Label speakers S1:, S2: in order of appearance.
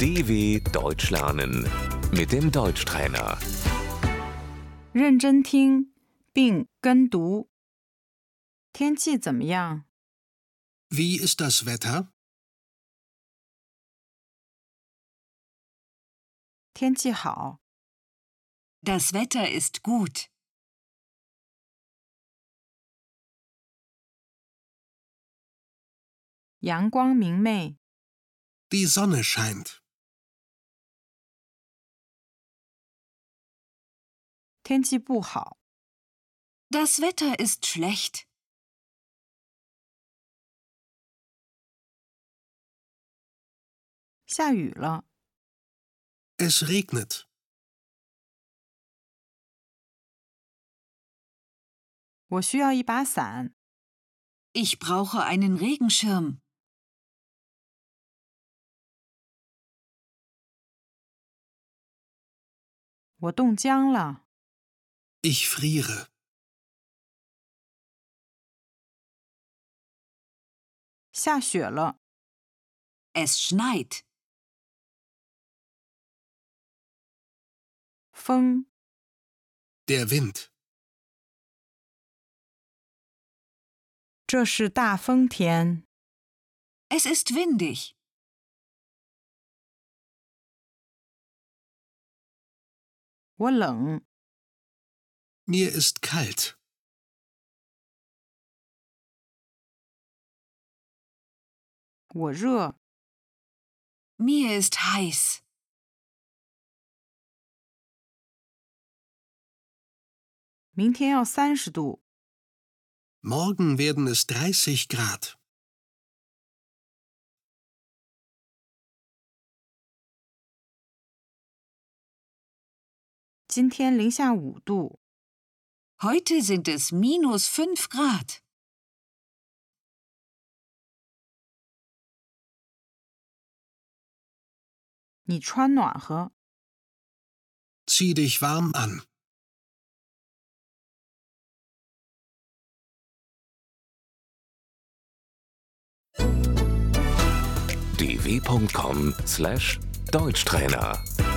S1: DW Deutsch lernen mit dem Deutschtrainer.
S2: 认真听并跟读。天气怎么样？
S3: Wie ist das Wetter?
S2: 天气好。
S4: Das Wetter ist gut.
S2: 阳光明媚，
S3: Die Sonne scheint.
S2: 天气不好。
S4: Das Wetter ist schlecht.
S2: 下雨了，
S3: Es regnet.
S2: 我需要一把伞。
S4: Ich brauche einen Regenschirm.
S2: 我冻僵了，
S3: Ich friere.
S2: 下雪了，
S4: Es schneit.
S2: 风
S3: Der Wind.
S2: 这是大风天，
S4: Es ist windig.
S2: 我冷，
S3: Mir ist kalt.
S2: 我热，
S4: Mir ist heiß.
S2: 明天要三十度，
S3: Morgen werden es 30 Grad.
S2: 今天零下五度。
S4: Heute sind es minus 5 Grad.
S2: 你穿暖和，
S3: Zieh dich warm an.
S1: dw.com/deutschtrainer